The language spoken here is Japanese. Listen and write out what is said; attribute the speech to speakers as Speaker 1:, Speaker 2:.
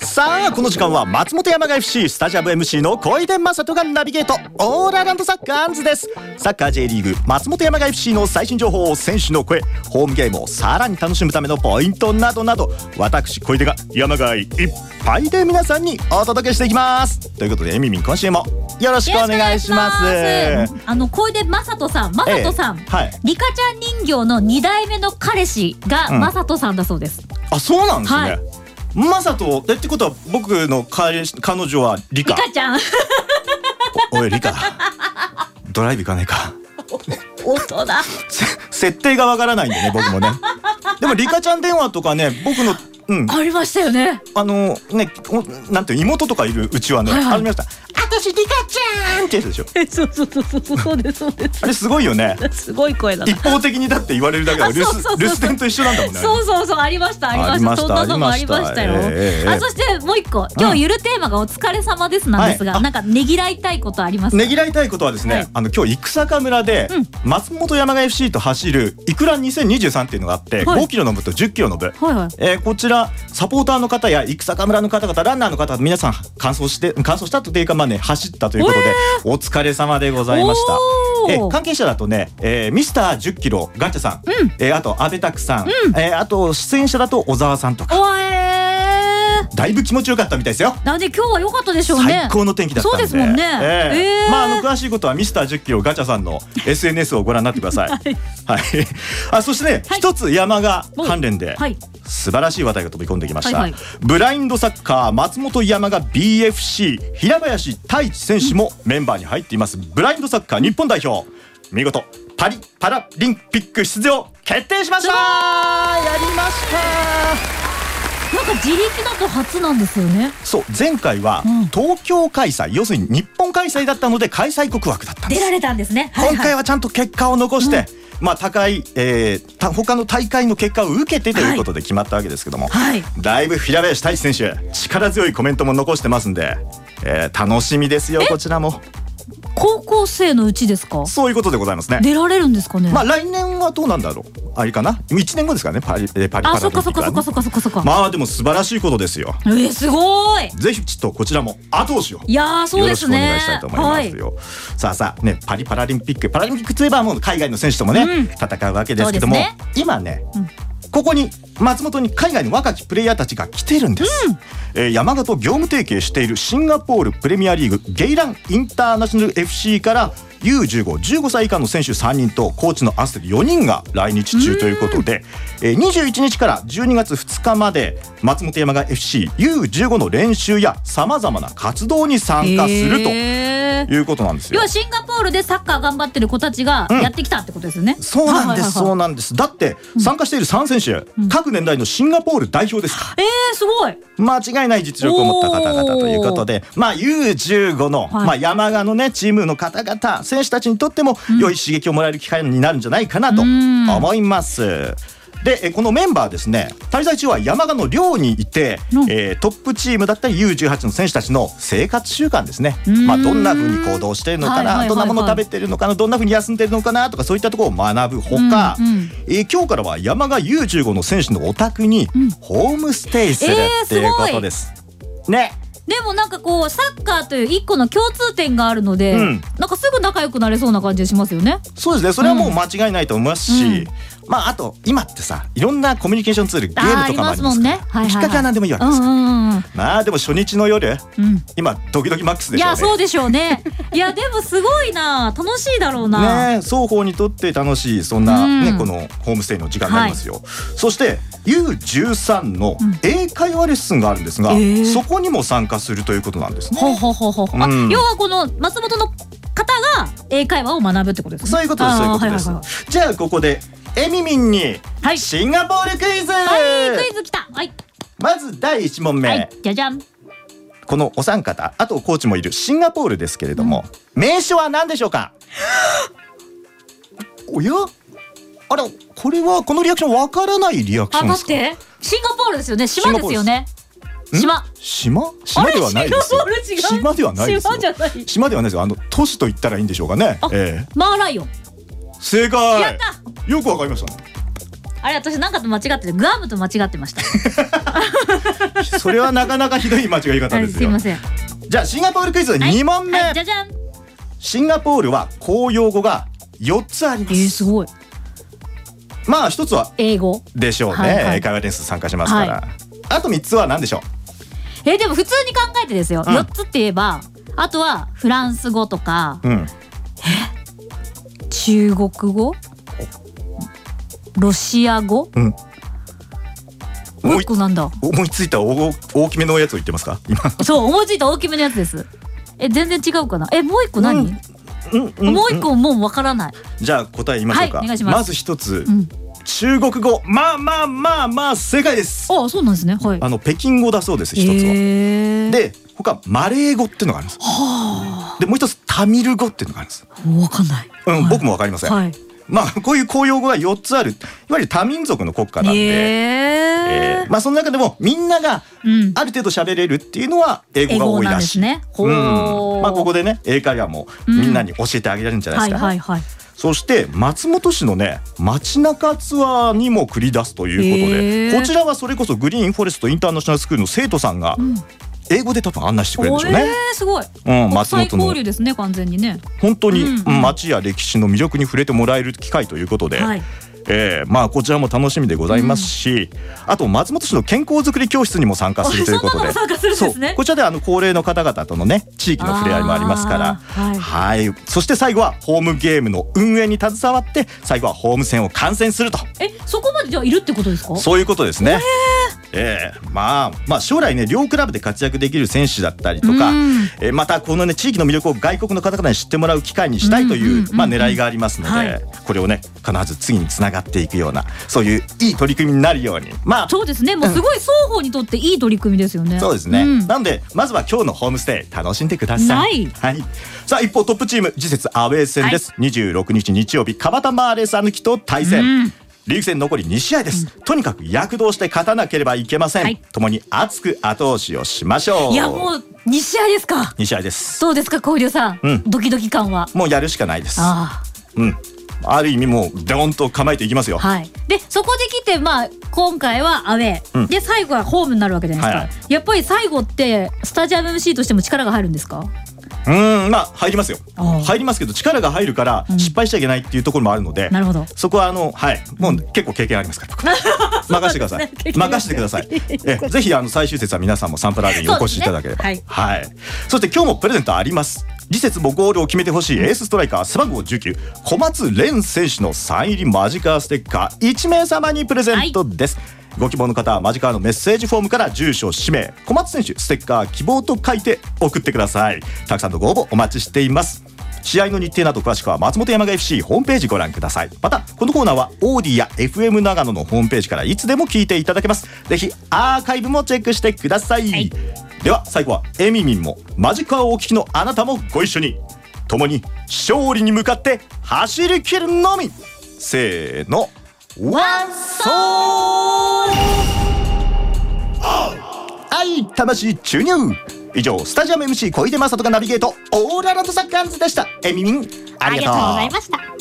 Speaker 1: さあこの時間は松本山が FC スタジアム MC の小出正人がナビゲートオーラランドサッカーアンズですサッカー J リーグ松本山が FC の最新情報選手の声ホームゲームをさらに楽しむためのポイントなどなど私小出が山がいっぱいで皆さんにお届けしていきますということでえみみん今週もよろしくお願いします
Speaker 2: あの小出正人さん、正人さん、
Speaker 1: ええはい
Speaker 2: リカちゃん人形の二代目の彼氏が
Speaker 1: うん
Speaker 2: 正人さんだそうです。
Speaker 1: あそうなんですね、
Speaker 2: はい
Speaker 1: まさとえってことは僕の彼氏彼女はリカ
Speaker 2: リカちゃん、
Speaker 1: おおいリカドライブ行かねえか
Speaker 2: 大人。
Speaker 1: せ設定がわからないんでね僕もねでもリカちゃん電話とかね僕のうん
Speaker 2: ありましたよね。
Speaker 1: あのねおなんていう妹とかいるうちはね、
Speaker 2: はいはい
Speaker 1: ありました私リカちゃんってやつでしょ
Speaker 2: そうそうそうそうそうですそうです
Speaker 1: あ。れすごいよね
Speaker 2: すごい声だ
Speaker 1: 一。方的にだって言われるだけは
Speaker 2: あ
Speaker 1: 留
Speaker 2: そうそうそう
Speaker 1: 守留守電と一緒なんだもんね
Speaker 2: そうそうそうありましたありました
Speaker 1: ありました
Speaker 2: そんなのもありましたよ、
Speaker 1: ありましたええええ
Speaker 2: あそしてもう一個今日ゆるテーマがお疲れ様ですなんですが、
Speaker 1: はいあ
Speaker 2: なんかねぎらいたいことありますか
Speaker 1: ねぎらいたいことはですね、
Speaker 2: はい
Speaker 1: あの今日生坂村で
Speaker 2: うん
Speaker 1: 松本山が FC と走るいくら2023っていうのがあって、
Speaker 2: はい
Speaker 1: 5キロの部と10キロの部、
Speaker 2: はいはい
Speaker 1: えーこちらサポーターの方や生坂村の方々ランナーの方々皆さん完走して完走したというかまあね走ったということで、お疲れ様でございました。え
Speaker 2: おー
Speaker 1: 関係者だとね、えー、ミスター10キロガチャさん、
Speaker 2: うん
Speaker 1: えーあと阿部拓さん、えーあと出演者だと小沢さんとか
Speaker 2: おえー
Speaker 1: だいぶ気持ちよかったみたいですよ。
Speaker 2: なんで今日は良かったでしょうね
Speaker 1: 最高の天気だったんで
Speaker 2: そうですもんね
Speaker 1: ええ
Speaker 2: ええ
Speaker 1: まああの詳しいことはミスター1 0キロガチャさん の SNS をご覧になってくださいはい、 あそしてね
Speaker 2: はい
Speaker 1: 一、つ山が関連で、
Speaker 2: はい
Speaker 1: 素晴らしい話題が飛び込んできました、
Speaker 2: はいはい
Speaker 1: ブラインドサッカー松本山が BFC 平林太一選手もメンバーに入っています、ブラインドサッカー日本代表見事パリパラリンピック出場決定しましたやりました
Speaker 2: なんか自力だと初なんですよね
Speaker 1: そう前回は
Speaker 2: うん
Speaker 1: 東京開催、要するに日本開催だったので開催国枠だったんで
Speaker 2: 出
Speaker 1: す
Speaker 2: られたんですねはい
Speaker 1: 今回はちゃんと結果を残して、まあ高い、えー、た他の大会の結果を受けてということで決まったわけですけども、
Speaker 2: はい
Speaker 1: だいぶ平林太一選手力強いコメントも残してますんで、えー楽しみですよこちらも
Speaker 2: 高校生のうちですか
Speaker 1: そういうことでございますね
Speaker 2: 出られるんですかね、
Speaker 1: まあ来年はどうなんだろうあれかな一年後ですかねパリえーパリパラ
Speaker 2: あ
Speaker 1: リンピ
Speaker 2: そっ
Speaker 1: ック
Speaker 2: かそっかそっか
Speaker 1: は
Speaker 2: そっかそっかそっか、
Speaker 1: ねまあでも素晴らしいことですよ
Speaker 2: えー、すごーい
Speaker 1: ぜひちょっとこちらも後押しを
Speaker 2: いやーそうですね
Speaker 1: よろしくお願いしたいと思いますよ。さあさあねパリパラリンピックパラリンピックといえばもう海外の選手ともね、
Speaker 2: うん
Speaker 1: 戦うわけですけども、
Speaker 2: そうで
Speaker 1: 今ね、
Speaker 2: うん
Speaker 1: ここに松本に海外の若きプレイヤーたちが来てるんです、えー山形と業務提携しているシンガポールプレミアリーグゲイランインターナショナル FC から U1515 歳以下の選手3人とコーチのアステ4人が来日中ということで、えー21日から12月2日まで松本山が FCU15 の練習やさまざまな活動に参加すると
Speaker 2: へー
Speaker 1: いうことなんですよ
Speaker 2: 要。はシンガポールでサッカー頑張ってる子たちが
Speaker 1: うん
Speaker 2: やってきたってことですよね、
Speaker 1: そうなんです、
Speaker 2: はい
Speaker 1: そ
Speaker 2: は
Speaker 1: う
Speaker 2: いはいはい
Speaker 1: なんです。だって参加している3選手、
Speaker 2: うん
Speaker 1: 各年代のシンガポール代表ですから。
Speaker 2: えー、すごい
Speaker 1: 間違いない実力を持った方々ということで、まあ、U15 の、
Speaker 2: はい
Speaker 1: まあ、山賀の、ね、チームの方々選手たちにとっても良い刺激をもらえる機会になるんじゃないかなと
Speaker 2: うん
Speaker 1: 思います。でえこのメンバーですね滞在中は山賀の寮にいて、
Speaker 2: うん
Speaker 1: えートップチームだったり U18 の選手たちの生活習慣ですね、
Speaker 2: うん
Speaker 1: まあ、どんなふうに行動してるのかな、
Speaker 2: はいはいはいはい
Speaker 1: どんなものを食べてるのかなどんなふうに休んでるのかなとかそういったところを学ぶほか、
Speaker 2: うんうん
Speaker 1: えー今日からは山賀 U15 の選手のお宅に
Speaker 2: うん
Speaker 1: ホームステイするっていうことです。ね、
Speaker 2: でもなんかこうサッカーという一個の共通点があるので、
Speaker 1: うん
Speaker 2: なんかすぐ仲良くなれそうな感じがしますよね
Speaker 1: そうですね。それはもう間違いないと思いますし、
Speaker 2: うん
Speaker 1: まああと今ってさ、いろんなコミュニケーションツールゲームとかもありますから、
Speaker 2: あーありますもんねはいはいは
Speaker 1: き
Speaker 2: い
Speaker 1: っかけは何でもいいわ
Speaker 2: う
Speaker 1: け
Speaker 2: ん
Speaker 1: で
Speaker 2: う
Speaker 1: すから。
Speaker 2: んうん
Speaker 1: まあでも初日の夜、
Speaker 2: うん
Speaker 1: 今ドキドキマックスで
Speaker 2: い
Speaker 1: しょう
Speaker 2: や
Speaker 1: ね。
Speaker 2: そうでしょうねいやでもすごいな楽しいだろうな、
Speaker 1: ねえ双方にとって楽しいそんな、ね
Speaker 2: うん
Speaker 1: このホームステイの時間になりますよ、そして U13 の英会話レッスンがあるんですが、
Speaker 2: うんえー
Speaker 1: そこにも参加するということなんですね。
Speaker 2: ほうほうほうほう、あ
Speaker 1: うん
Speaker 2: 要はこの松本の方が英会話を学ぶってことですね
Speaker 1: そういうことです。そういう
Speaker 2: あー
Speaker 1: ことです。
Speaker 2: はいはいはい
Speaker 1: じゃあここでエミミンに
Speaker 2: はい
Speaker 1: シンガポールクイズ。
Speaker 2: はいクイズきたはい、
Speaker 1: まず第一問目、
Speaker 2: はいじゃじゃん
Speaker 1: このお三方、あとコーチもいるシンガポールですけれども、名称は何でしょうか。 おや、あら、これはこのリアクションわからないリアクシ
Speaker 2: あ、
Speaker 1: ョンで
Speaker 2: 待
Speaker 1: す
Speaker 2: っ
Speaker 1: か。
Speaker 2: て。シンガポールですよね。島ですよね。
Speaker 1: ん
Speaker 2: 島。
Speaker 1: 島島ではないですよ
Speaker 2: あれシンガポール違う
Speaker 1: 島ではないですよ
Speaker 2: 島じゃない
Speaker 1: 島ではないですよあの都市と言ったらいいんでしょうかね
Speaker 2: あ
Speaker 1: ええ
Speaker 2: マーライオン。
Speaker 1: 正
Speaker 2: やっ
Speaker 1: 解
Speaker 2: た。
Speaker 1: よくわかりましたね
Speaker 2: ああれ私なんかと間違っててグアムと間違って ました。
Speaker 1: それはなかなかひどい間違い方
Speaker 2: は
Speaker 1: で
Speaker 2: い
Speaker 1: す
Speaker 2: すい
Speaker 1: よ
Speaker 2: ません。
Speaker 1: じゃあシンガポールクイズ
Speaker 2: はい
Speaker 1: 2問目、
Speaker 2: はいじゃじゃん。
Speaker 1: シンガポールは公用語が4つあり
Speaker 2: え
Speaker 1: ま
Speaker 2: ー、
Speaker 1: す
Speaker 2: すごい。
Speaker 1: まあ一つは
Speaker 2: 英語。
Speaker 1: でしょうね、
Speaker 2: はいはい
Speaker 1: 会話レッスン参加しますから、
Speaker 2: は
Speaker 1: あと3つは何でしょ
Speaker 2: えーでも普通に考えてですよ。
Speaker 1: うん
Speaker 2: 四、つって言えば、あとはフランス語とか
Speaker 1: う、うん、
Speaker 2: 中国語、ロシア語。
Speaker 1: うん
Speaker 2: もう一個なんだ。
Speaker 1: 思いついた大大きめのやつを言ってますか今
Speaker 2: そう思いついた大きめのやつです。え全然違うかな。えもう一個何？
Speaker 1: うんうん
Speaker 2: もう一個もうわからない。
Speaker 1: じゃあ答え言いましょうか、
Speaker 2: はいお願いします
Speaker 1: ず一つ、
Speaker 2: うん。
Speaker 1: 中国語まあまあまあまあ正解です
Speaker 2: あそうなんですね。はい。
Speaker 1: あの北京語だそうです一つは、
Speaker 2: えー、
Speaker 1: で他マレー語っていうのがあるんですでもう一つタミル語っていうのがあるんです、
Speaker 2: もうわかんない。
Speaker 1: うん
Speaker 2: はい
Speaker 1: 僕もわかりません、
Speaker 2: はい。
Speaker 1: まあこういう公用語が4つあるいわゆる多民族の国家なんで、え
Speaker 2: え
Speaker 1: ーまあその中でもみんなが
Speaker 2: うん。
Speaker 1: ある程度喋れるっていうのは英語が多いらしい。
Speaker 2: 英語なんですねほ
Speaker 1: う、
Speaker 2: うん
Speaker 1: まあここでね英会話もみんなに教えてあげられるんじゃない
Speaker 2: はい
Speaker 1: ですか、
Speaker 2: はいはい。
Speaker 1: そして松本市のね街中ツアーにも繰り出すということで、
Speaker 2: へー
Speaker 1: こちらはそれこそグリーンフォレストインターナショナルスクールの生徒さんが
Speaker 2: うん。
Speaker 1: 英語で多分案内してくれるんでしょう
Speaker 2: え
Speaker 1: ね、
Speaker 2: ー、すごい。
Speaker 1: うん、
Speaker 2: 国
Speaker 1: 松
Speaker 2: 際
Speaker 1: 本
Speaker 2: 交
Speaker 1: の
Speaker 2: 流ですね完全にね。
Speaker 1: 本当に
Speaker 2: うん
Speaker 1: うん街や歴史の魅力に触れてもらえる機会ということで、
Speaker 2: はい。
Speaker 1: えーまあこちらも楽しみでございますし、あと松本市の健康づくり教室にも参加するということで
Speaker 2: あそんなのも参加するんですね
Speaker 1: そうこちらではあの高齢の方々とのね地域の触れ合いもありますから
Speaker 2: あーはい
Speaker 1: はいそして最後はホームゲームの運営に携わって最後はホーム戦を観戦すると
Speaker 2: えそこまでじゃあいるってことですか？
Speaker 1: そういうことですね。ええまあまあ将来ね両クラブで活躍できる選手だったりとか、
Speaker 2: うん
Speaker 1: えーまたこのね地域の魅力を外国の方々に知ってもらう機会にしたいという,、
Speaker 2: うんうんうんうん
Speaker 1: まあ狙いがありますので、
Speaker 2: はい
Speaker 1: これをね必ず次につながっていくようなそういういい取り組みになるようにまあ
Speaker 2: そうですね。もうすごい双方にとっていい取り組みですよね。
Speaker 1: そうですね、
Speaker 2: ん
Speaker 1: なのでまずは今日のホームステイ楽しんでくださいはい、さあ一方トップチーム次節アウェー戦です、26日日曜日カバタマーレサヌキと対戦、
Speaker 2: うん
Speaker 1: リーグ戦残り2試合です、とにかく躍動して勝たなければいけません、
Speaker 2: はい
Speaker 1: 共に熱く後押しをしましょう
Speaker 2: いやもう二試合ですか。
Speaker 1: 2試合です
Speaker 2: そうですか交流さん。
Speaker 1: うん
Speaker 2: ドキドキ感は。
Speaker 1: もうやるしかないです
Speaker 2: あ
Speaker 1: うんある意味もうドーンと構えていきますよ
Speaker 2: あはい。でそこで来てまあ今回はアウェー、
Speaker 1: うん
Speaker 2: で最後はホームになるわけじゃないですか。
Speaker 1: はい
Speaker 2: やっぱり最後ってスタジアム MC としても力が入るんですか？
Speaker 1: うーんまあ入りますよ
Speaker 2: ああ
Speaker 1: 入りますけど力が入るから
Speaker 2: ん
Speaker 1: 失敗しちゃいけないっていうところもあるので、
Speaker 2: なるほど。
Speaker 1: そこはあのはいもう結構経験ありますから 任せてください
Speaker 2: そうですね
Speaker 1: 任せてくださいえぜひあの最終節は皆さんもサンプラーにお越しいただければ、
Speaker 2: そうですね
Speaker 1: はい、そして今日もプレゼントあります次節もゴールを決めてほしいエースストライカー背番号19小松蓮選手のサイン入りマジカーステッカー1名様にプレゼントです、ご希望の方はマジカーのメッセージフォームから住所氏名小松選手ステッカー希望と書いて送ってくださいたくさんのご応募お待ちしています試合の日程など詳しくは松本山雅 FC ホームページご覧くださいまたこのコーナーはオーディや FM 長野のホームページからいつでも聞いていただけますぜひアーカイブもチェックしてください、
Speaker 2: はい
Speaker 1: では最後はエミミンもマジカーをお聞きのあなたもご一緒に共に勝利に向かって走り切るのみせーのワンソール愛魂注入以上スタジアム MC 小出正人がナビゲートオーラランドサッカーズでしたエミミンありがとう
Speaker 2: ました。